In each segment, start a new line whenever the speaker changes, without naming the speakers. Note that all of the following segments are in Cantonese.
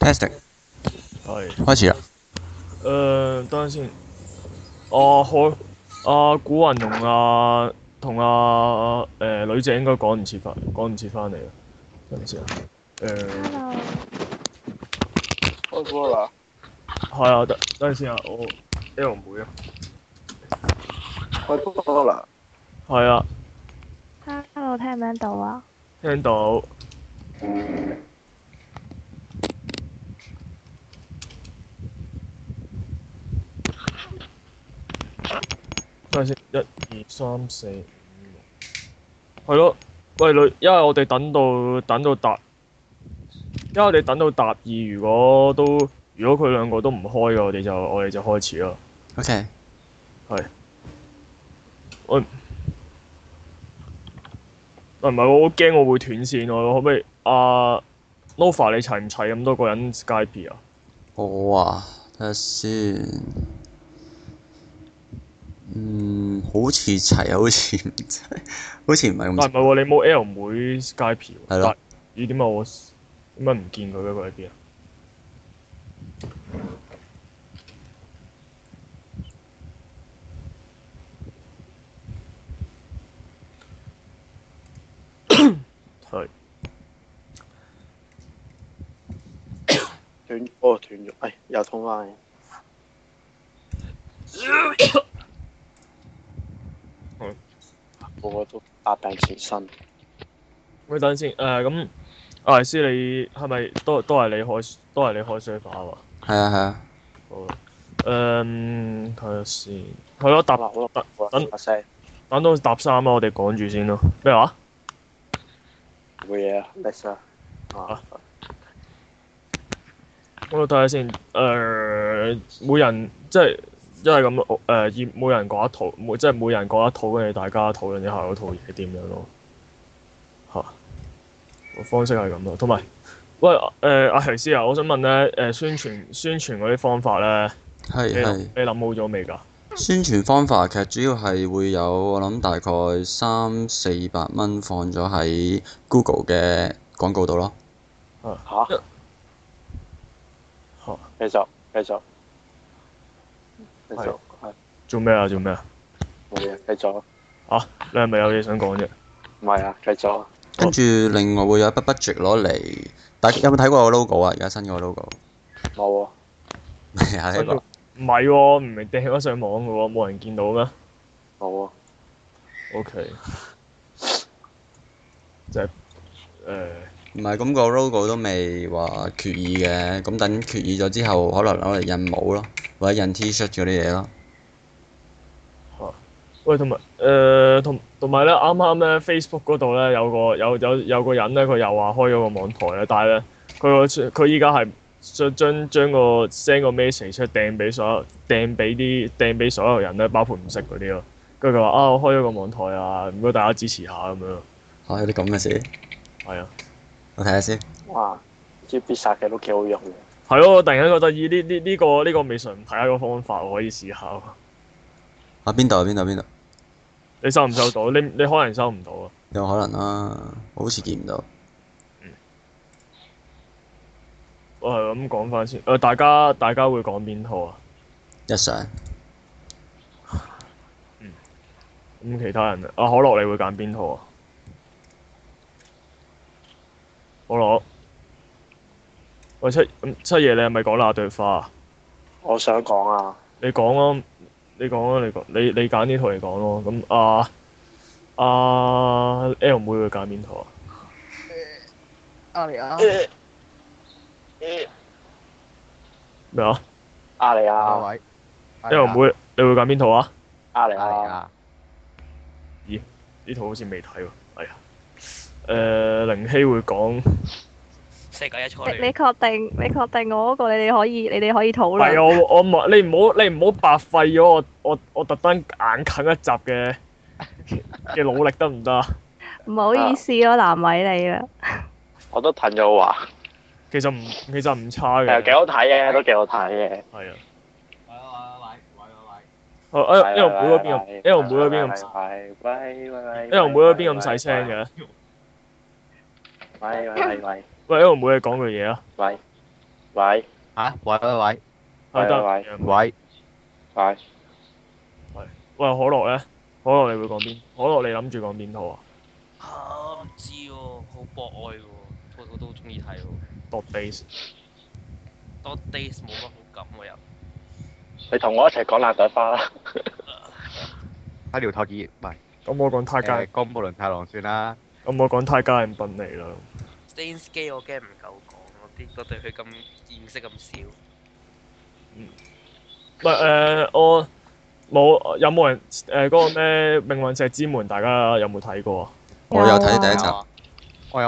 testing
係。
開始啊！
誒、等陣先。啊，可啊，古雲同啊同啊誒女仔應該趕唔切翻，趕唔切翻嚟啦。等陣先啊。呃誒、
開估啦，
係啊，等等陣先啊，我 L 妹啊。
開估啦，
係啊，
Hello，聽唔聽到啊？
聽到。等陣先，一二三四五六，係咯。喂女，因為我哋等到等到達，因為我哋等到達二，如果都如果佢兩個都唔開嘅，我哋就我哋就開始啦。
OK，
喂唔係我好驚我會斷線喎，我可唔可以啊？Nova 你齊唔齊咁多個人 Skype 啊？
我啊，睇下先。嗯，好似齊，好似唔齊，好似唔係咁齊。
但係啊唔係喎，你冇 L 妹 Skype 喎。
係咯
但。咦？點解我點解唔見佢嘅佢喺 邊啊？係
斷哦斷咗，哎又痛翻嘅，嗯個個都百病纏身，
喂，等陣先誒咁，阿黎斯你係咪都都係你開都係你開 server 啊？
係啊係啊，
好啦，誒睇下先，係咯，搭
好啦好啦，
等
啊等把聲
等到搭三啊啦，我哋趕住先咯。咩話？
冇嘢啊，next 啦，啊
我睇下先。誒、呃每人即係因為咁，誒、以每人講一套，每即係每人講一套，跟住大家討論一下嗰套嘢點樣咯。嚇、個方式係咁咯，同埋喂誒、阿提斯啊，我想問咧誒、宣傳宣傳嗰啲方法咧，
係
你
係。
你諗好咗未㗎？
宣傳方法其實主要係會有我諗大概三四百蚊放咗喺 Google 嘅廣告度咯。
嚇，
嚇、
繼續繼續繼續，係
做咩啊？做咩啊？
冇嘢，繼續，
你係咪有嘢想講啫？
唔係啊，繼續啊，
跟住另外會有一筆 budget 攞嚟，大家有冇睇過我 logo 啊？而家新嗰個 logo
冇啊，
係啊，呢個
唔係喎，唔明掟咗上網嘅喎，冇人見到咩
冇啊，
？OK，即係誒。呃
唔係咁個 logo 都未話決議嘅，咁等決議咗之後，可能攞嚟印帽咯，或者印 T-shirt 嗰啲嘢咯。
喂，同埋誒，同同埋咧，啱啱咧 Facebook 嗰度咧有個有有有個人咧，佢又話開咗個網台咧，但係咧佢個佢依家係將將將個 send 個 message 出掟俾所有掟俾啲掟俾所有人咧，包括唔識嗰啲咯。跟住佢話啊，我開咗個網台啊，唔該大家支持下咁樣咯。
嚇、啊有啲咁嘅事，
係啊，
我睇下先。
哇，啲必殺嘅都幾好用嘅，
係咯，我突然間覺得咦呢呢呢個呢個未嘗唔係一個方法，我可以試下喎。
啊邊度啊邊度邊度，
你收唔收到？你你可能收唔到啊。
有可能啦、我好似見唔到。
我係咁講翻先。誒、呃大家大家會講邊套啊？
一上
咁其他人啊，可樂你會揀邊套啊？可樂，喂七咁七爺，你係咪講那朵花啊？
我想講啊，
你講啊，你講啊，你講，你你揀呢套嚟講咯。咁啊啊 L 妹會揀邊套啊？
Ờ,
阿尼
啊
Ừ.
亞
咩啊
阿尼
Ờ.
阿
啊
亞
位
？L 妹你會揀邊套啊？
阿尼
阿尼
亞
亞
呢套好似未睇喎，係啊。誒、凌希會講，
世界一初
你你
嚟，
確定你確定我嗰個你哋可以你哋可以討
唔係
論？
我我唔你唔好你唔好白費咗我我我特登硬啃一集嘅嘅努力得唔得啊？
唔好意思咯，難為你啦。啊
我都騰咗啊話，
其實唔其實唔差
誒
嘅，
幾好睇嘅，都幾好睇嘅。
係啊。
喂
哦，誒 L 妹嗰邊咁，L 妹嗰邊咁
喂喂喂
，L 妹嗰邊咁細聲。嘅。
喂喂喂喂
喂，L 妹你講句嘢啊！
喂，喂
係
喂
得
喂。喂，
喂，可樂咧，可樂你會講邊？可樂你諗住講邊套啊？
啊唔知喎，好博愛喎，個個都中意睇喎。
Dot Base。
多 days 冇乜好感喎又。
你同我一齊講爛仔花啦，
咁我講泰加，咁我講泰加人賓利啦。
Stains 機我驚唔夠講，我啲我對佢咁認識咁少。
唔係誒，我冇有冇人誒嗰個咩命運石之門？大家有冇睇過啊？
我有睇第一
有
集
啊，我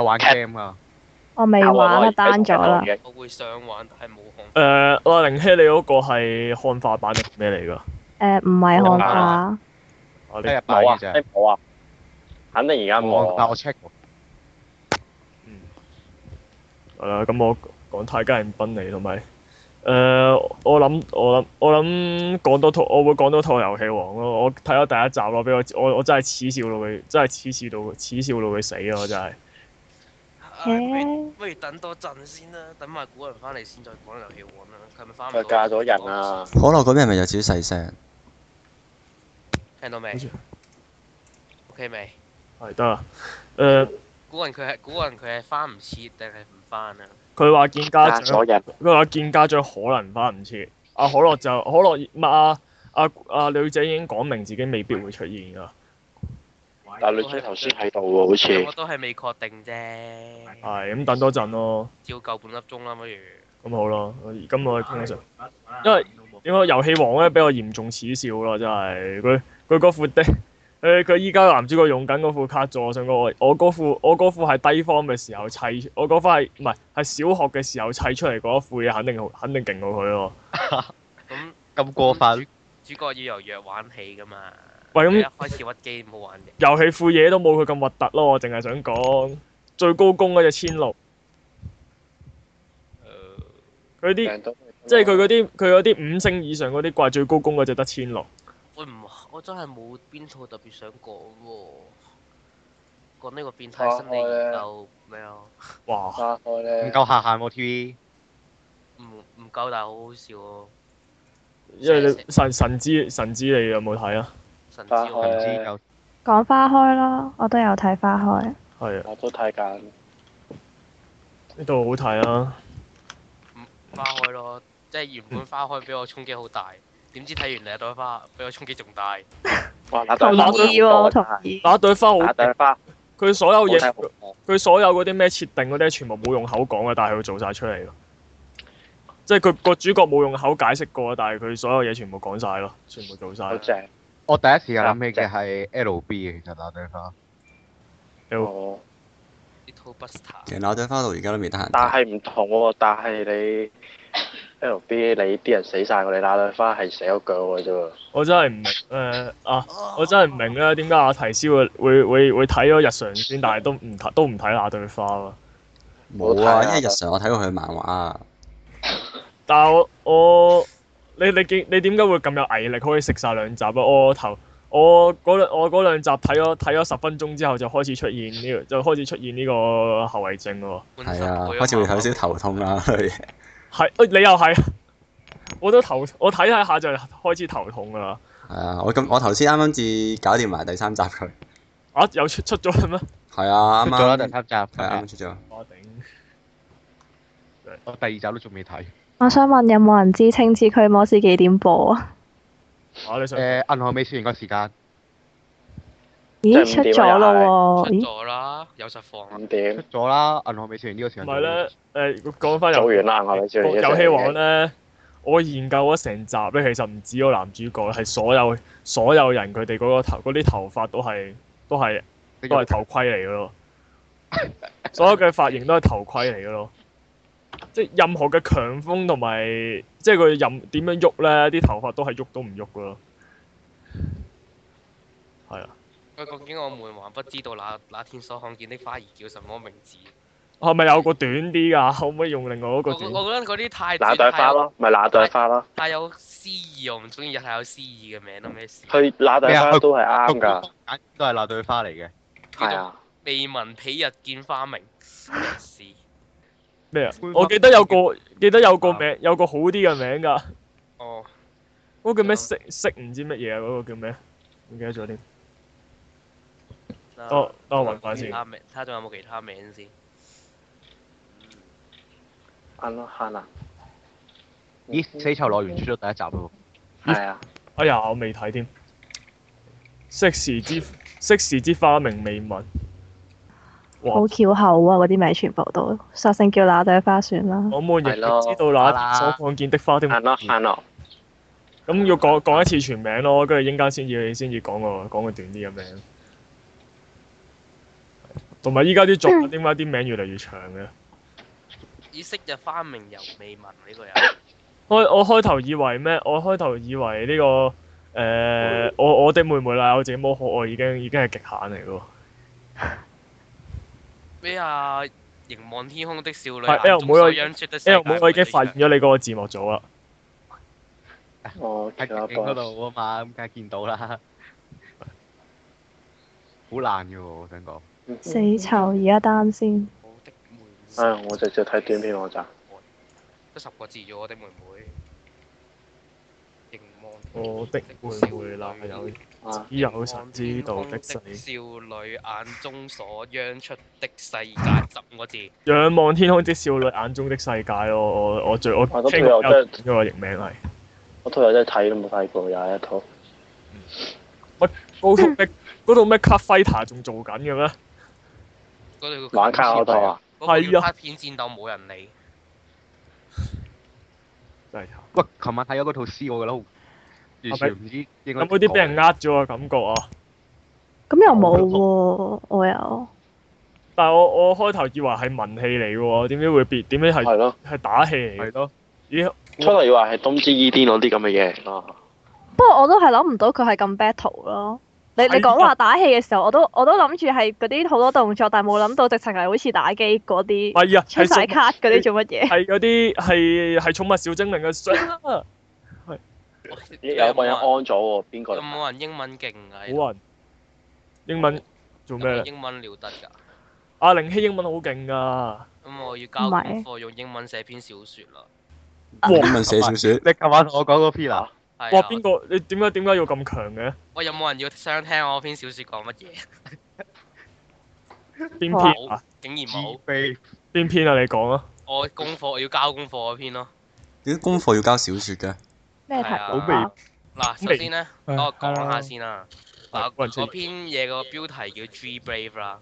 你
未玩啊，單咗啦。
我會想玩，但係冇空。
誒，呃阿玲希，你嗰個係漢化版定咩嚟㗎？
誒唔係漢化，
啊你
冇啊，真係冇啊，肯定而家冇啊。
係啦，咁我講泰加人賓利同埋誒，我諗我諗我諗講多套，我會講多套遊戲王咯。我睇咗第一集咯，俾我我我真係恥笑到佢，真係恥笑到恥笑到佢死啊！我真係。
啊不如
誒
不如等多陣先啦，等埋古人翻嚟先再講遊戲王啦。佢係咪翻唔到
佢嫁咗人！啊，
可樂嗰邊係咪有少少細聲？
聽到未
好似
？OK 未？
係得啦。呃誒，
古人佢係古人佢係翻唔切定係唔翻啊？
佢話見家
嫁
長
咗，人，
佢話見家長可能翻唔切。阿可樂就可樂唔係阿阿阿女仔已經講明自己未必會出現㗎。
但女仔頭先喺度喎，好
我
似
都係未確定啫，
係咁等多陣咯，
照夠半粒鐘啦，不如。
咁好咯。咁我哋傾一陣。因為遊戲王咧比較嚴重恥笑咯，真係佢佢嗰副的 誒佢依家男主角用緊嗰副卡座，我想講我我嗰副我嗰副係低方嘅時候砌，我嗰副係唔係係小學嘅時候砌出嚟嗰一副嘢，肯定好肯定勁過佢咯。
咁主角要由弱玩起噶嘛？
喂咁
你一開始屈機唔好玩嘅。
遊戲副嘢都冇佢咁核突咯，我淨係想講最高攻嗰只千六，佢啲
病毒
即係佢嗰啲佢嗰啲五星以上嗰啲怪最高攻嗰只得千六，
我唔，我真係冇邊套特別想講喎。講呢個變
啊
態心理研究咩啊？
哇！
花開咧，
唔唔夠，但係好好笑喎。
因為你神神之神之你有冇睇啊？
神之
花
我
開咧。
講花開咯，我都有睇花開。
係啊，
我都睇緊，
呢度好睇啊！
花開咯，即係原本花開俾我衝擊好大，點知睇完另一朵花俾我衝擊仲大。
哇！打
同
對花
意喎，我同意。
打對花好
打對花，
佢所有
我睇
嘢，
好多
佢所有嗰啲咩設定嗰啲，全部冇用口講嘅，但係佢做晒出嚟咯。即係佢個主角冇用口解釋過，但係佢所有嘢全部講晒咯，全部做晒
好。正哦。
呢套 Buster
其實我對花到而家都未得閒睇。
但係唔同喎，但係你 L B 你啲人死晒喎，你那兩花係死咗腳嘅啫喎。
我真係唔明誒、啊！我真係唔明咧，點解阿提斯會會會會睇咗日常先，但係都唔睇都唔睇那對花咯。
冇
好
啊，
睇
因
啊
為日常我睇過佢漫畫啊。
但係我我你你見你點解會咁有毅力可以食晒兩集啊？我頭我嗰兩我嗰兩集睇咗睇咗十分鐘之後就開始出現呢、個就開始出現呢個後遺症咯。
係啊，開始會有少少頭痛啦。
係，誒你又係， 我都頭，我睇睇下就開始頭痛噶啦。
係啊，我咁我頭先啱啱至搞掂埋第三集佢。
啊，有出出咗啦咩？
係啊，啱啱係啊啱啱出咗。
我頂，
我想問有冇人知青之驅魔師幾點播啊？
啊你想
咦，
即係
出
五點啊
咗咯喎！
出
咦，
咗啦，有實況啦。
五 點
唔係咧？誒講翻
做
遊
完啦，我哋
遊遊戲王咧，我研究咗成集咧，其實唔止個男主角，係所有所有人佢哋嗰個頭嗰啲頭髮都係都係都係頭盔嚟嘅咯。所有嘅髮型都係頭盔嚟嘅咯。即係任何嘅強風同埋，即係佢任點樣喐咧，啲頭髮都係喐都唔喐嘅咯。係啊，
佢究竟我們還不知道那那天所看見的花兒叫什麼名字？
係咪有個短啲㗎？可唔可以用另外一
我
個
我
短？
覺得嗰啲太
那對花
啊
咯，咪那對花咯，
太有詩意，我唔中意太有詩意嘅名咯，咩詩？
佢那對花都係啱㗎，係啊，
未聞彼日見花明，是
咩啊
灰？花
我記得有個記得有個
啊
名，有個好啲嘅名㗎。
哦，
嗰個叫咩？色色唔知乜嘢啊？嗰個叫咩？唔記得咗添。多多揾翻
其
先。
他名，睇下仲有冇其他名先。
慳咯慳啊！
咦，
嗯
死囚樂園出咗第一集咯，
係啊，
哎呀，我未睇添。適時之適時之花明未聞。哇
好！翹口啊！嗰啲名全部都，索性叫那朵花算啦。
我們亦
係咯啊
知道那所看見的花的
慳咯
嗯
慳咯，
咁要講講一次全名咯，跟住英間先至先至講個講個短啲嘅名。同埋依家啲作品點解啲名越嚟越長嘅？
以昔日花明猶未聞呢 個人，
開我開頭以為咩？我開頭以為呢、個誒、我我的妹妹啦，我自己冇可愛已經已經係極限嚟嘅喎。
咩啊？凝望天空的少女，
係哎
眼中
L 妹我
所央出的世界
因為妹我已經發現
為
咗你嗰個字幕組啦。
嗯
我
喺
其他
景嗰
個
度啊嘛，咁梗係見到啦。 好爛嘅喎，我想講。
嗯
死囚而家單先，
我的妹妹。
唉，哎我直接睇短片網站。
得十個字咗，我的妹妹。凝望
我的妹妹啦，有
啊，
只有神知道的世
少，女眼中所央出的世界，十五個字。
仰望天空的少女眼中的世界咯。我我最我
我都
聽
佢又
過
真係，
因為譯名係。
我套友真係睇都冇睇過，又係一套。
嗰套 咩？嗰套咩 Cut Fighter 仲做緊嘅咩？
嗰度
玩卡嗰套啊，
嗰個
係
叫
啊
卡片戰鬥冇人理，
真係慘
喂，琴晚睇咗嗰套詩，我覺得好完全唔知應該
有冇啲俾人
講
呃咗嘅感覺啊？
咁又冇喎，我又
但係我我開頭以為係文戲嚟嘅喎，點解會變？點解係
係咯，
係打戲嚟嘅
係？咯，
咦？
初頭以為係東之伊甸嗰啲咁嘅嘢哦嚟咯。
不過我都係諗唔到佢係咁 battle 咯。你你
係啊
講話打戲嘅時候，我都我都諗住係嗰啲好多動作，但係冇諗到直情係好似打機嗰
唔
啲
係啊，
出
係
晒
寵
卡嗰啲做乜嘢？
係嗰啲係係寵物小精靈嘅相啊！
咦有個人安啊
有
咗喎，邊個嚟㗎？
冇人英文勁啊？
好人英文做咩
有冇
咧？
英文了得㗎？
阿玲希英文好勁㗎，
咁我要交
唔係
功課用英文寫篇小説啦。
英文寫小説，
你琴晚同我講嗰篇啊，
係
哇！
啊
邊？個你點解點解要咁強嘅？
喂，有冇人要想聽我篇小説講乜嘢？
邊
哇
篇
冇
啊？，
竟然
自
冇。
卑
邊篇啊？你講啊！
我功課我要交功課嗰篇咯。
點解功課要交小説嘅？
咩題目
好
味
啊？
嗱，首先咧，
唉
等我哦講下先啦。嗱，
冇人知
嗰篇嘢個標題叫《G Brave》啦，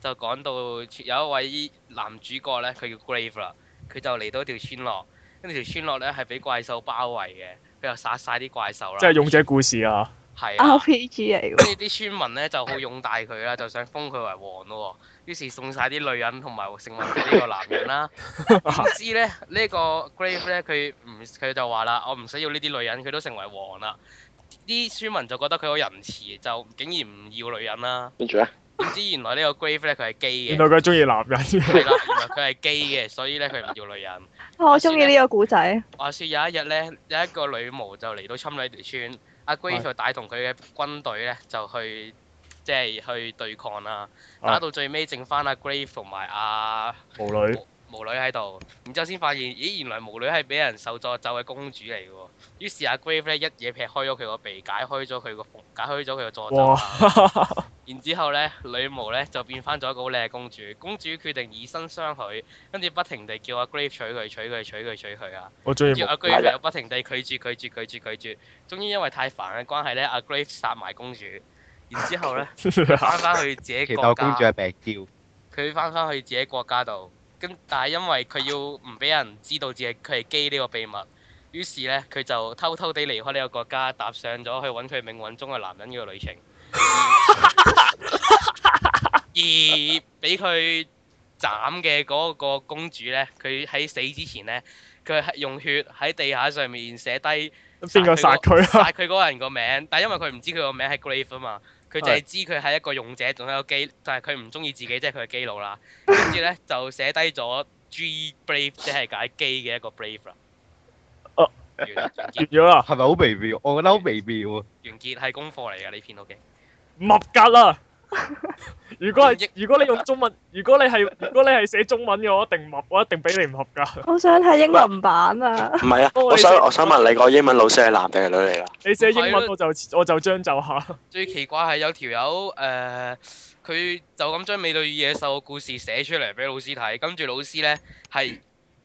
就講到有一位男主角咧，佢叫 Grave 啦，佢就嚟到一條村落，跟住條村落咧係俾怪獸包圍嘅，佢又殺晒啲怪獸啦。
即係勇者故事 啊！
係啊。
RPG 嚟
跟
嘅，
住啲村民咧就好擁戴佢啦，就想封佢為王咯喎。於是送晒啲女人同埋成為佢呢個男人啦。
啊
點知咧呢、個 Grave 咧佢唔佢就話啦，我唔使要呢啲女人，佢都成為王啦。啲村民就覺得佢好仁慈，就竟然唔要女人啦。
跟住咧，
點知原來呢個 Grave 咧佢係基
原
嘅
來，佢中意男人 嘅。
係啦，原來佢係基嘅，所以咧佢唔要女人。
啊 我中意呢個古仔。
話說有一日咧，有一個女巫就嚟到侵略條村，阿 Grace 就帶同佢嘅軍隊咧就去即係去對抗啦，
啊
打到最尾剩翻阿 Grace 同埋阿
無女
巫巫女喺度，然之後先發現，咦原來巫女係俾人受詛咒嘅公主嚟嘅喎，於是阿 Grace 咧一嘢劈開咗佢個鼻，解開咗佢個縫解開咗佢個詛咒
哇！
啦。然之後咧，女巫咧就變翻咗一個好靚嘅公主。公主決定以身相許，跟住不停地叫阿 Grave 娶佢、娶佢、娶佢、娶佢啊！
我中意
叫
無
阿 Grave 又不停地拒絕、拒絕、拒絕、拒絕。終於因為太煩嘅關係咧，阿 Grave 殺埋公主。然之後咧，翻翻去自己
其
國
實公主
家，
係病
佢翻翻去自己國家度。跟但係因為佢要唔俾人知道自己佢係基呢個秘密，於是咧佢就偷偷地離開呢個國家，踏上咗去揾佢命運中嘅男人嘅旅程。而俾佢斬嘅嗰個公主咧，佢喺死之前咧，佢係用血喺地下上面寫低
邊個殺 佢 啊？
殺佢嗰個人個名，但因為佢唔知佢個名係 Grave 啊嘛，佢就係知佢係一個勇者，仲係一個基，但係佢唔中意自己，即係佢嘅基佬啦。跟住咧就寫低咗 G Brave，即係解基嘅一個 Brave 啦。
哦
完完
完
結
咗啦
嬌，！係咪好微妙？我覺得好微妙啊！
完結係功課嚟㗎呢篇 OK。
唔合格啦！如果係如果你用中文，如果你係如果你係寫中文嘅，我一定唔合，我一定俾你唔合格。
我想睇英文版啊！
唔係啊，
不過
我
你
想
食
我想問你個英文老師係男定係女嚟㗎？
你寫英文
係咯
我就我就將就下。
最奇怪係有條友誒，佢、就咁將《美女與野獸》嘅故事寫出嚟俾老師睇，跟住老師咧係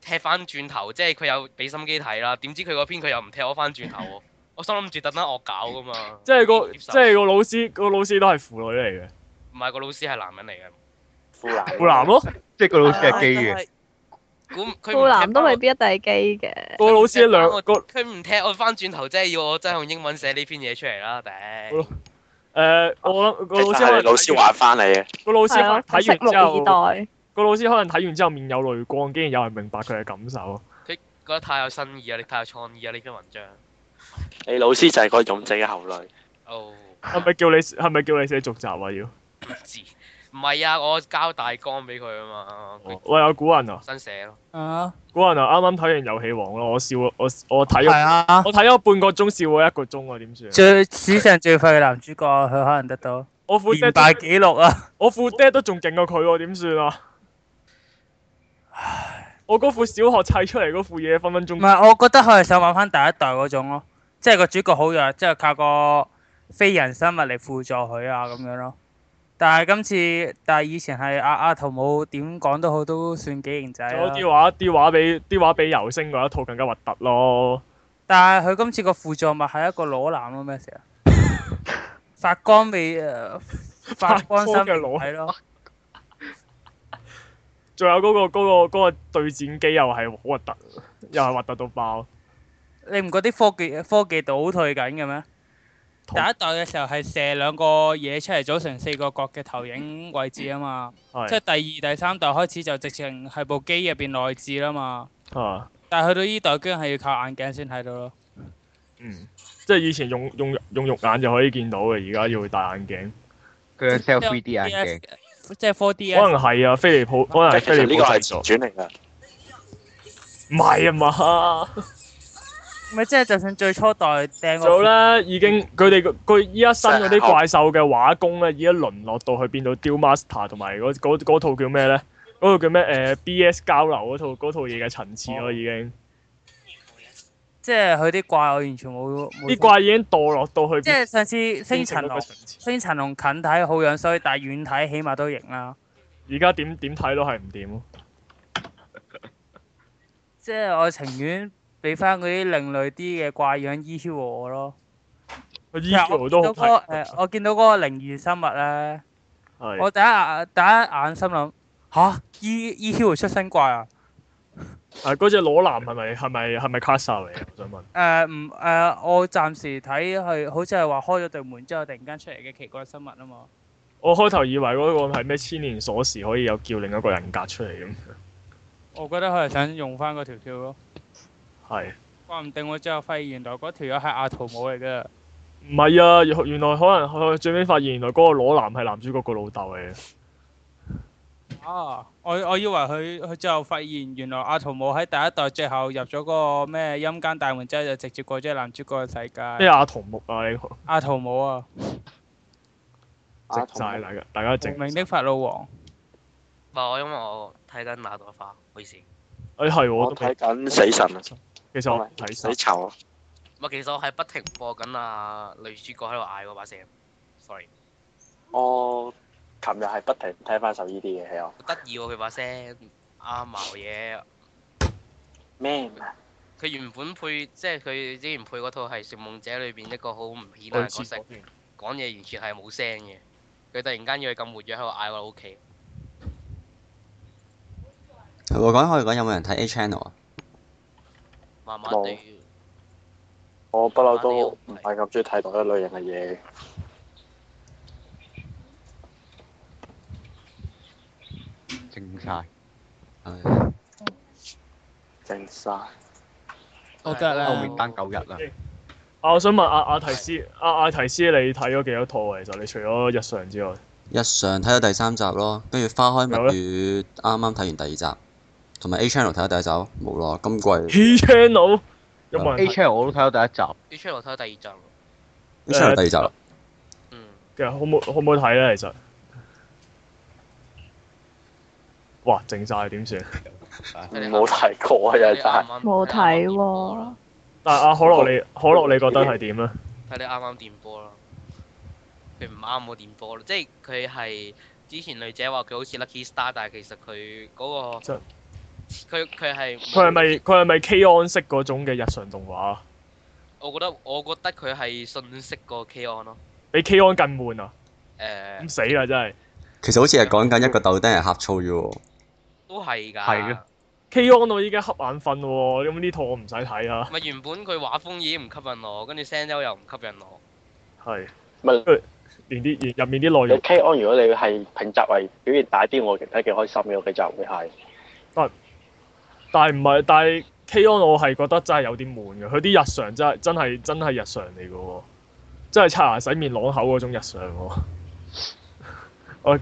踢翻轉頭，即係佢有俾心機睇啦。點知佢嗰篇佢又唔踢我翻轉頭喎，我心諗住特登惡搞噶嘛。
即係個
接
即
受
係個老師個老師都係腐女嚟嘅，
唔係個老師係男人嚟嘅，
腐男。
腐男 咯。
即係個老師係基
但
嘅，
係估 佢唔
富男
踢
啊
都
返我
未必一定係基嘅。
個老師兩
我
個
佢唔踢我翻轉頭，即係要我真係用英文寫呢篇嘢出嚟啦，頂！
誒，我諗個
其
老師
實
可
係
能
老師
睇完
玩翻你嘅。
個老師
係
可
啊
能
咯，
睇
拭
完之後，
目以待。
個老師可能睇完之後面有淚光，竟然有人明白佢嘅感受。
覺得太有新意啊，你太有創意啊呢篇文章。
你老師就係個勇者嘅後裔。
哦，
係咪叫你係咪叫你寫續集啊？要
字唔係啊，我交大綱俾佢啊嘛，佢
喂，有古人啊，
新寫咯。
啊，
古人啊，啱啱睇完《遊戲王》咯，我笑我我睇
係
咗
啊，
我睇咗半個鐘，笑咗一個鐘啊，點算啊？
最史上最快嘅男主角，佢可能得到
我副爹
連
都
敗紀錄啊！
我副爹都仲勁過佢喎，點算啊？我嗰副小學砌出嚟嗰副嘢分分
唔
鐘
係，我覺得佢係想玩翻第一代嗰種咯，即係個主角好弱，即係靠個非人生物嚟輔助佢啊咁樣咯。但係今次，但係以前係阿阿圖姆點講都好，都算幾型仔啊
有啲畫
啦。
啲畫比啲畫比遊星嗰一套更加核突咯。
但係佢今次個輔助物係一個裸男咯，咩事 啊？發光未誒，發光
發光
生
嘅裸
係咯，
仲有嗰、個嗰、個嗰、個對戰機又係好核突，又係核突到爆。
你唔覺得啲科技科技倒退緊嘅咩？第
同
一代嘅時候係射兩個嘢出嚟組成四個角嘅投影位置啊嘛，即
係
係第二、第三代開始就直情係部機入邊內置啦嘛。
啊，
但係去到呢代居然係要靠眼鏡先睇到咯。
嗯，即係以前用用用肉眼就可以見到嘅，而家要戴眼鏡。
佢有 sell 3D 眼鏡，
PS 即係 4D
可
啊！
能係啊，飛利浦可能
但
係
係其實
飛利
呢
浦
個係
製
前
作。
傳嚟㗎。
唔係啊嘛，
咪即係就算最初代掟
仲有
個
咧已經佢哋個佢依家新嗰啲怪獸嘅畫工咧，已經淪落到去變到 Duel Master 同埋嗰嗰嗰套叫咩咧？嗰套叫咩？誒、B.S. 交流嗰套嗰套嘢嘅層次
哦
咯，已經
即係佢啲怪我完全冇冇。
啲怪已經墮落到去
即係上次星
變成
塵
嗰個
龍，
層次。
星塵龍近睇好樣衰，但係遠睇起碼都型啦。
而家點點睇都係唔掂咯。
即係我情願俾翻嗰啲另類啲嘅怪樣 EQ 我咯。
個
其實
ego
啊我
都
見
好
到
睇
嗰個誒，我見到嗰個靈異生物咧，
係
我第一眼第一眼心諗吓 E EQ 出新怪啊！
係啊嗰只裸男係咪係咪係咪卡莎嚟啊？我想問。
誒唔誒，我暫時睇係好似係話開咗對門之後，突然間出嚟嘅奇怪生物啊嘛。
我開頭以為嗰個係咩千年鎖匙可以有叫另一個人格出嚟咁，
我覺得佢係想用翻嗰條橋咯。
係
話唔定我最後發現原來嗰條友係阿圖姆嚟嘅。
唔係啊？原原來可能佢最尾發現原來嗰個裸男係男主角個老豆嚟嘅，
啊！我我以為佢佢最後發現原來阿圖姆喺第一代最後入咗個咩陰間大門之後，就直接過咗男主角嘅世
咩
界。
阿童木啊？你直
阿圖姆啊，
啊同
晒
埋
大家大家直
無名的法老王。
唔係我因為我睇緊那朵花，唔好意思。
誒係我
我
都未
睇緊死神啊，
其實我唔睇晒
死，囚啊，
唔係其實我係不停播緊啊女主角喺度嗌嗰把聲，sorry，
我琴日係不停睇翻首呢啲嘢，係我
好得意喎佢把聲，阿茅嘢。
咩？
佢原本配即係佢之前配嗰套係《盜夢者》裏邊一個好唔顯眼
類
嘅
似
角色，
嗰邊
講嘢完全係冇聲嘅。佢突然間要佢咁活躍喺度嗌我 O K，
我講開講，有冇人睇 A Channel 啊？
慢慢地
我不嬲都唔係咁中意睇同一類型嘅嘢。
正晒。
係
正晒，
哦
我得啦
後面單九一啦，
啊！我想問阿阿提斯阿阿提斯，你睇咗幾多套啊？其實你除咗日常之外，
日常睇咗第三集咯，跟住花開
啊
物語啱啱睇完第二集，同埋 A Channel 睇咗第一集咯，冇啦，今 季
He Channel 有冇
A
人睇？啊
channel 我都睇到第一集，
要出嚟睇第二集，
A Channel 第二集啦，
嗯，
其實好冇好唔好睇咧？其實哇，靜晒點算？
冇提過啊，又真係。
冇睇
啊
喎。
但係阿啊可樂你，可樂你覺得係點啊咧？
睇你啱啱掂波啦。佢唔啱我掂波咯，即係佢係之前女仔話佢好似 Lucky Star，但係其實佢嗰、
真
個佢佢係
佢係咪佢係咪 K 安式嗰種嘅日常動畫？啊
我覺得我覺得佢係信息過 K on 咯。
比 K 安更悶啊！
誒、
咁死啦真係
其實好似係講緊一個豆丁係呷醋啫喎。
都係㗎。
係嘅
K 安我依家瞌眼瞓喎，咁呢套我唔使睇啊啦。
咪原本佢畫風已經唔吸引我，跟住聲優又唔吸引我。
係，
唔係
連啲入面啲內
你
容
K on，如果你係評集為表現大啲，我其得幾開心嘅，我嘅集會係。
但係唔係，但係 K on 我係覺得真係有啲悶嘅，佢啲日常真係真係真係日常嚟嘅喎，真係刷牙洗面朗口嗰種日常喎。 我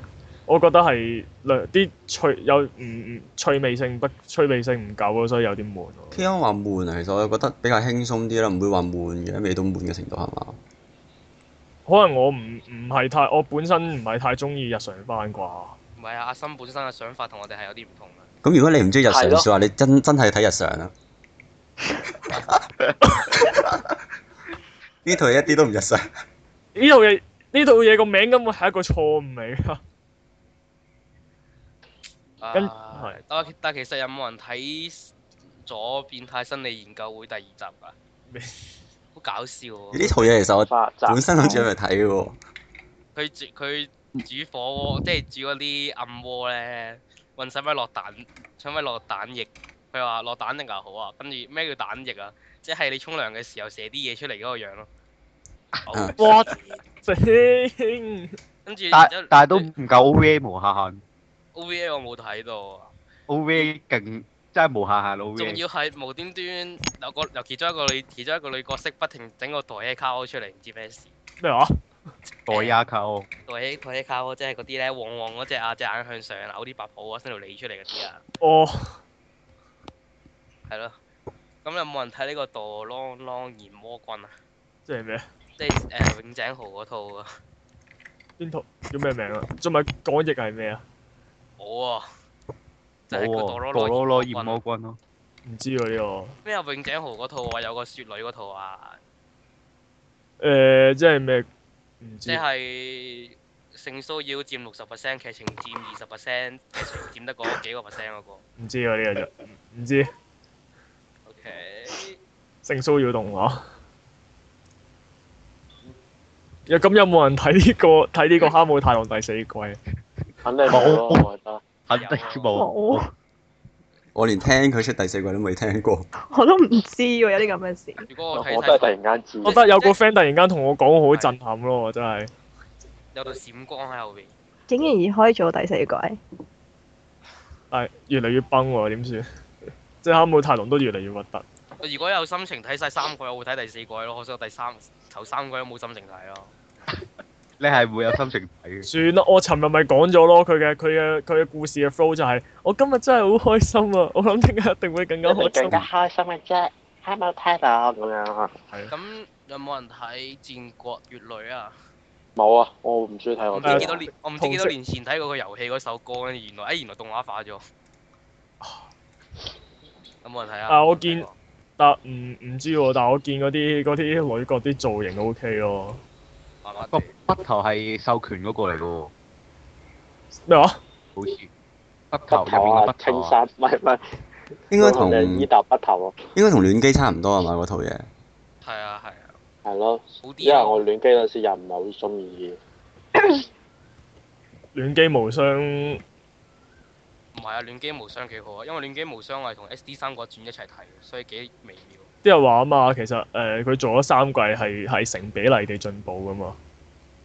我覺得係略啲趣有唔唔趣味性不趣味性唔夠咯，所以有啲悶喎。
K N 話悶啊，其實我覺得比較輕鬆啲啦，唔會話悶嘅，未到悶嘅程度係嘛？
可能我唔唔係太我本身唔係太中意日常番啩。
唔係啊，阿森本身嘅想法同我哋係有啲唔同啊嘅。
咁如果你唔中意日常
係咯
嘅話，你真真係睇日常啊 啦。 呢套嘢一啲都唔日常，
呢套嘢呢套嘢個名根本係一個錯誤嚟 噶。跟
啊
係
但但其實有冇人睇咗《變態心理研究會》第二集㗎？
咩
好搞笑喎！
呢套嘢其實我
發集
本身諗住去睇嘅喎。
佢煮佢煮火鍋，即係煮嗰啲暗鍋咧，問使唔使落蛋，使唔使落蛋液？佢話落蛋定係好啊，跟住咩叫蛋液啊？即係你沖涼嘅時候射啲嘢出嚟嗰個樣咯。好
啊
What？正
跟住然
但
之後
但係都唔夠 OVA 無下限
OVA 我冇睇到。啊
，OVA 勁真係無下限
仲
OVA。
要係無端端有個由其中一個女其中一個女角色不停整個台 A 卡出嚟，唔知咩事。
咩話？
代亞扣
台 A 台 A 卡即係嗰啲咧旺旺嗰只啊，隻眼向上扭啲白泡啊，伸條脷出嚟嗰啲啊，
哦，
係咯。咁有冇人睇呢個《墮啷啷炎魔棍》啊？
即係咩？
即係誒永井豪嗰套啊！
邊套叫咩名啊？仲咪講譯係咩啊？
冇啊，就係
冇
叫
喎，
《墮
哆
啷
羅羅
啷
炎
炎
魔
魔棍
君哦咯，
唔知喎呢》。
啊咩啊？永井豪嗰套啊，有個雪女嗰套啊，
個。誒，即係咩？唔
即
知。
係性騷擾佔六十 percent，劇情佔二十 percent，劇情佔得嗰幾個 percent 嗰個。
唔知喎呢個就唔知。
OK，
性騷擾動畫。又咁有冇人睇呢個 睇呢個《哈姆太郎》第四 季？
肯定冇咯，我覺得。
肯
啊
定啊
哦
冇。
冇，
我連聽佢出第四季都未聽過。
我都唔知喎，有啲咁嘅事。
如果我睇
我都係突
睇
然間知。
我覺得有個 friend 突然間同我講好震撼咯，我真係。
有道閃光喺後邊，
竟然而可以做第四哎季，
但係越嚟越崩喎，點算？ 即係《哈姆太郎》都越嚟越核突。
我如果有心情睇晒三季，我會睇第四季咯。可惜我第三頭三季都冇心情睇咯。
你係會有心情睇嘅。
算啦，我尋日咪講咗咯，佢嘅佢嘅佢嘅故事嘅 flow 就係、我今日真係好開心啊！我諗聽日一定會更加
你
開心
更。加開心嘅啫，哈冇睇到咁樣啊？
咁有冇人睇《戰國乙女》啊？
冇啊，我唔中意睇
我
我
唔知
啲
幾
啊。
多年，我唔知幾多年前睇過個遊戲嗰首歌，跟住原來，哎，原來動畫化咗。啊有冇人睇啊？
啊我見但唔唔知喎，但係我見嗰啲嗰啲女角啲造型 O K 咯。
麻麻
個
地
筆頭係授權嗰個嚟嘅喎，
咩話？
好似筆頭
北頭
入邊個
啊，
筆
青
頭啊
山，唔係唔係，
應該同
伊
應
達北頭啊，
該同戀機差唔多係嘛？嗰 套嘢
係啊係啊，
係咯。
好
因為
啲
我
咯。
亂機嗰陣時又唔係好中意。
亂機無雙
唔係啊，亂機無雙幾好啊，因為亂機無雙我係同 S D 三國傳一齊睇嘅，所以幾微妙。
啲人話啊嘛，其實誒佢、做咗三季係係成比例地進步噶嘛，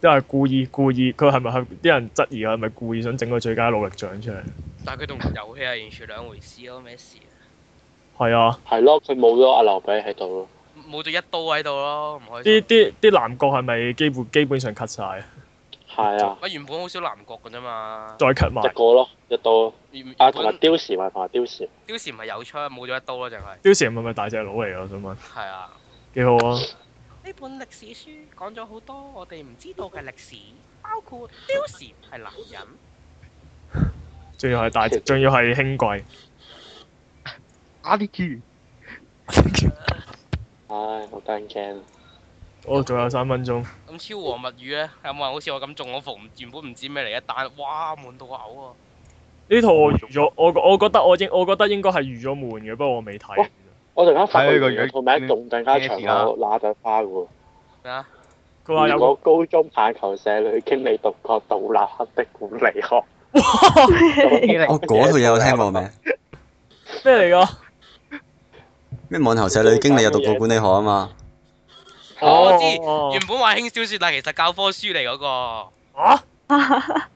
因為故意故意佢係咪係啲人質疑啊佢係咪故意想整個最佳努力獎出嚟？
但係佢同遊戲係完全兩回事咯，咩事啊？
係啊，
係咯，佢冇咗阿劉備喺度咯。
冇咗一刀喺度咯，唔開
啲
心。
啲啲男角係咪基本基本上 cut 晒？
係啊，
我原本好少南國嘅啫嘛
再，cut 埋
一？個咯，一刀。
原原
啊，同埋
本
雕時咪同埋雕時。
貂蟬係有槍，冇咗一刀咯，淨係。
貂蟬係咪大隻佬嚟㗎？我想問，
係啊。
幾好啊！
呢本歷史書講咗好多我哋唔知道嘅歷史，包括貂蟬係男人。
仲要係大，仲要係輕貴。
阿啲豬，
唉，好得人驚。啊
哦，仲有三分鐘。
咁超王物語咧，有冇人好似我咁中咗伏？原本唔知咩嚟一單，哇悶到我嘔啊！
呢套我預咗，我我覺得我應我覺得應該係預咗悶嘅，不過我未睇
哇。我突然間發
睇
覺
佢個
原來
樣
套名仲更加長
咩事啊
過那朵花喎。
咩啊？
佢話有
如
個
果高中棒球社裏經理獨角杜立克的管理學，
哦
我哦嗰套嘢有聽過未？
咩嚟㗎？
咩網球社女經理有讀過管理學啊嘛？
我知
哦
原本話輕小說，但係其實教科書嚟嗰個。
啊！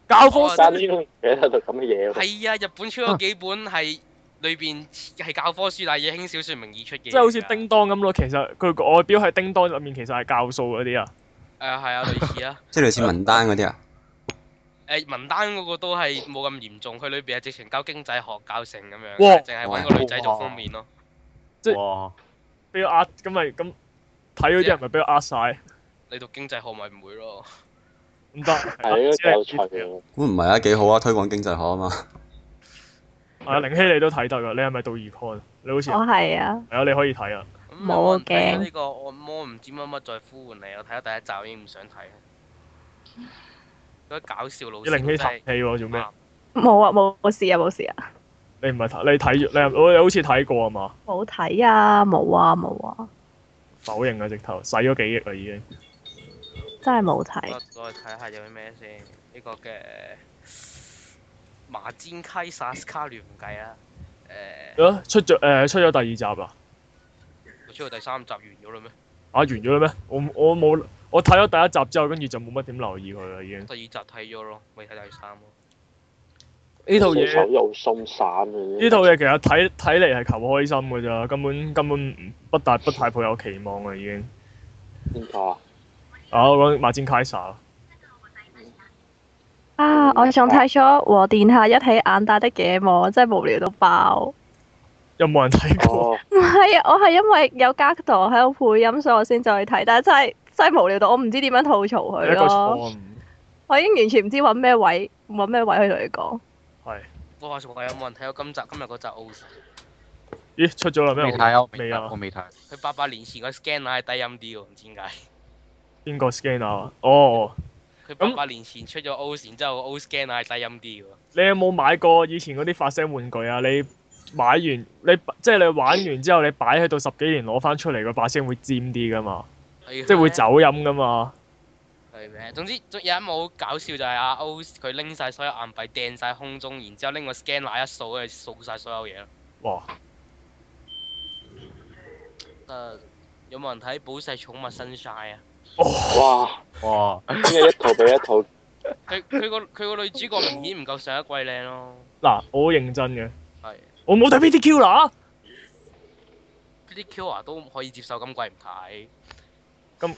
教科
我
書
但呢種嘢喺度咁嘅嘢喎。
係啊，日本出咗幾本係裏邊係教科書，但係以輕小說名義出嘅。
即係好似叮當咁咯，其實佢個外表係叮當入面，其實係教數嗰啲啊。
誒係啊，類似啊。
即係類似文單嗰啲啊？
誒文丹嗰個都係冇咁嚴重，佢裏邊係直情教經濟學教成咁樣，
哇
淨係揾個女仔做封面咯。
即
哇！
俾我呃，咁咪咁睇嗰啲
啊
人咪俾我呃晒，
你讀經濟學咪唔會咯？
唔得。
啊
係咯，有趣
係
喎。
咁唔係啊，幾好啊，推廣經濟學啊嘛。
啊，凌希你都睇得㗎，你係咪到 Econ？你啊好似
我
係
係啊，
啊，你可以睇啊。
咁
冇啊
有人睇咗
驚
呢個按摩唔知乜乜再呼喚你，我睇咗第一集已經唔想睇啦。嗰啲搞笑老
你
師
凌希
真
啖
係
氣喎，做咩？
冇啊，冇冇事啊，冇事啊，
你唔係睇，你睇咗你我你好似睇過啊嘛？
冇睇啊，冇啊，冇啊，
否認啊，直頭使咗幾億啦已經。
真係冇睇
我。我去睇下有啲咩先。呢個嘅麻煎溪薩斯卡聯唔計啦。誒，
啊出咗誒出咗第二集啊！
佢出到第三集完咗啦咩？
啊完咗啦咩？我我冇我睇咗第一集之後，跟住就冇乜點留意佢啦已經。
第二集睇咗咯，未睇第三咯。
呢套
手
嘢
又鬆散啊嘅。
呢套嘢其實睇睇嚟係求開心嘅咋，根本根本唔不大不太抱有期望啊啦已經。
邊個啊？
啊，我講馬占凱撒
啊！我仲睇咗和殿下一起眼大的野望，真係無聊到爆。
有冇人睇過？
哦，
唔係，啊我係因為有加堂喺度配音，所以我先再去睇，但係真係真係無聊到我唔知點樣吐槽
哦係
佢
一個
咯。
錯誤。
我已經完全唔知揾咩位揾咩位去同你講。
係。
我話仲有冇人睇過今集今日嗰集 O？
咦，出咗啦
未
咩？
睇啊，我
未
未
啊
睇，我未睇。
佢八八年前個 scanner 係低音啲喎，唔知點解。
邊個 scan 啊？哦，
佢
咁
八八年前出咗 O，然之後 O scanner 係低音啲喎。
你有冇買過以前嗰啲發聲玩具啊？你買完你即係你玩完之後，你擺喺度十幾年攞翻出嚟，個把聲會尖啲噶嘛，
即
即係啊會走音噶嘛。
係咩？總之，總有一幕好搞笑就係阿 O 佢拎晒所有硬幣掟晒空中，然之後拎個 scanner 一掃，跟住掃晒所有嘢咯。
哇！
誒、有冇人睇《寶石寵物新晒》啊？
哇！
哇！
點解一套比一套
佢佢個佢個女主角明顯唔夠上一季靚咯。
嗱，我好認真嘅，
係
我冇睇 PTQ 啦。
啲 Q 啊都可以接受，今季唔睇。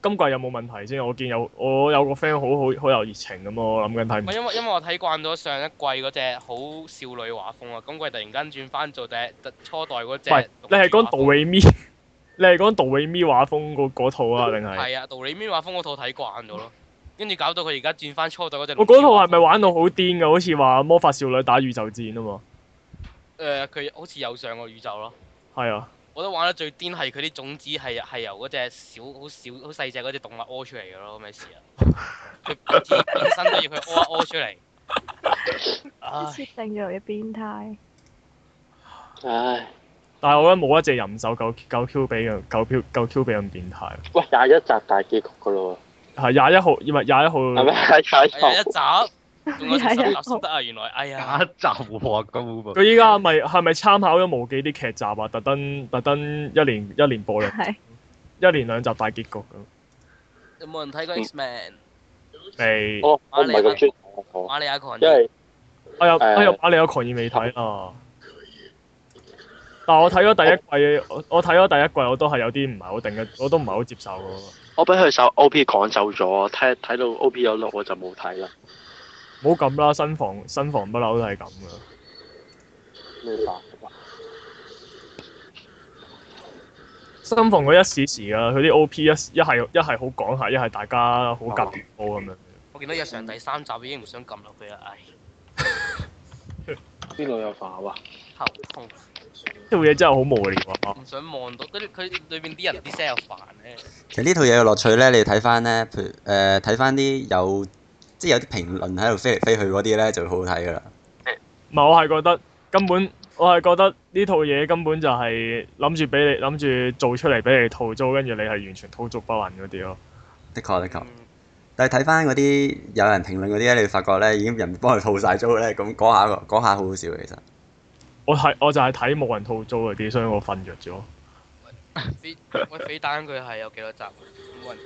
今季有冇問題先？我見有我有個 friend 好好好有熱情咁，我諗緊睇唔
唔係因為因為我睇慣咗上一季嗰隻好少女畫風啊，今季突然間轉翻做隻特初代嗰隻
喂
獨
你
立
係
畫風。
講杜瑞咪？ 你係講杜瑞咪畫風嗰嗰套啊？定係
係啊，杜里面畫風嗰套睇慣咗咯，跟住搞到佢而家轉翻初代嗰隻。
我嗰套係咪玩到好癲噶？好似話魔法少女打宇宙戰啊嘛。
誒，佢、好似有上過宇宙咯。
係啊，
我覺得玩得最癲係佢啲種子係係由嗰隻小好小好細只嗰只動物屙出嚟嘅咯，咩事啊？佢自己本身都要佢屙 一屙出嚟。唉，
設定咗嘅變態。
唉，
但係我覺得冇一隻淫獸夠夠 Q 比咁夠 Q 夠 Q 比咁變態。
喂，廿一集大結局噶咯
係廿一號，唔係廿一
喎，
號
係。咪？
哎呀一集，仲有成十
係
集
啊
先得啊！原來，哎呀
假，集喎，咁恐怖
佢依家係咪係咪參考咗無記啲劇集啊？特登特登一年一年播兩
係
一年兩集大結局咁。
有冇人睇過 X Man？
未？
我哦我唔係咁中意睇我，
馬里亞狂
因
熱
為
我有
誒
我哎有馬里有狂熱未睇啊！但我睇咗第一季，我我睇咗第一季，我都係有啲唔係好定嘅，我都唔係好接受嘅。
我俾佢手 O P 趕走咗，睇睇到 O P 有六我就冇睇啦。
唔好咁啦，新房新房不嬲都係咁嘅。
咩辦法？
新房嗰一時時啊，佢啲 O P 一一係一係好講下，一係大家好夾高咁樣。
我見到日常第三集已經唔想撳落去啦，唉。
邊度有飯啊？
頭痛，
呢套嘢真係好無聊啊！
唔想望到，跟住佢裏邊啲人啲聲又煩咧。
其實呢套嘢嘅樂趣咧，你睇翻咧，譬如誒睇翻啲有即係有啲評論喺度飛嚟飛去嗰啲咧，就會好好睇噶啦。
唔係，我係覺得根本，我係覺得呢套嘢根本就係諗住俾你諗住做出嚟俾你套租，跟住你係完全套租不穩嗰啲咯。
的確，的確。
嗯
但係睇翻嗰啲有人評論嗰啲咧，你會發覺咧已經人幫佢套晒租咧，咁嗰下嗰下好好笑嘅其實。
我係我就係睇冇人套租嗰啲，所以我瞓着咗。
飛喂飛單佢係有幾多集？啊冇人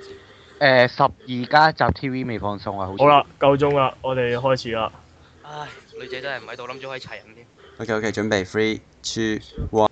誒
知。
十二家集 TV 未放送啊，好似。
好啦，夠鐘啦，我哋開始啦。
唉，女仔真係唔喺度，諗住可以齊人添。
OK OK，準備 three two one。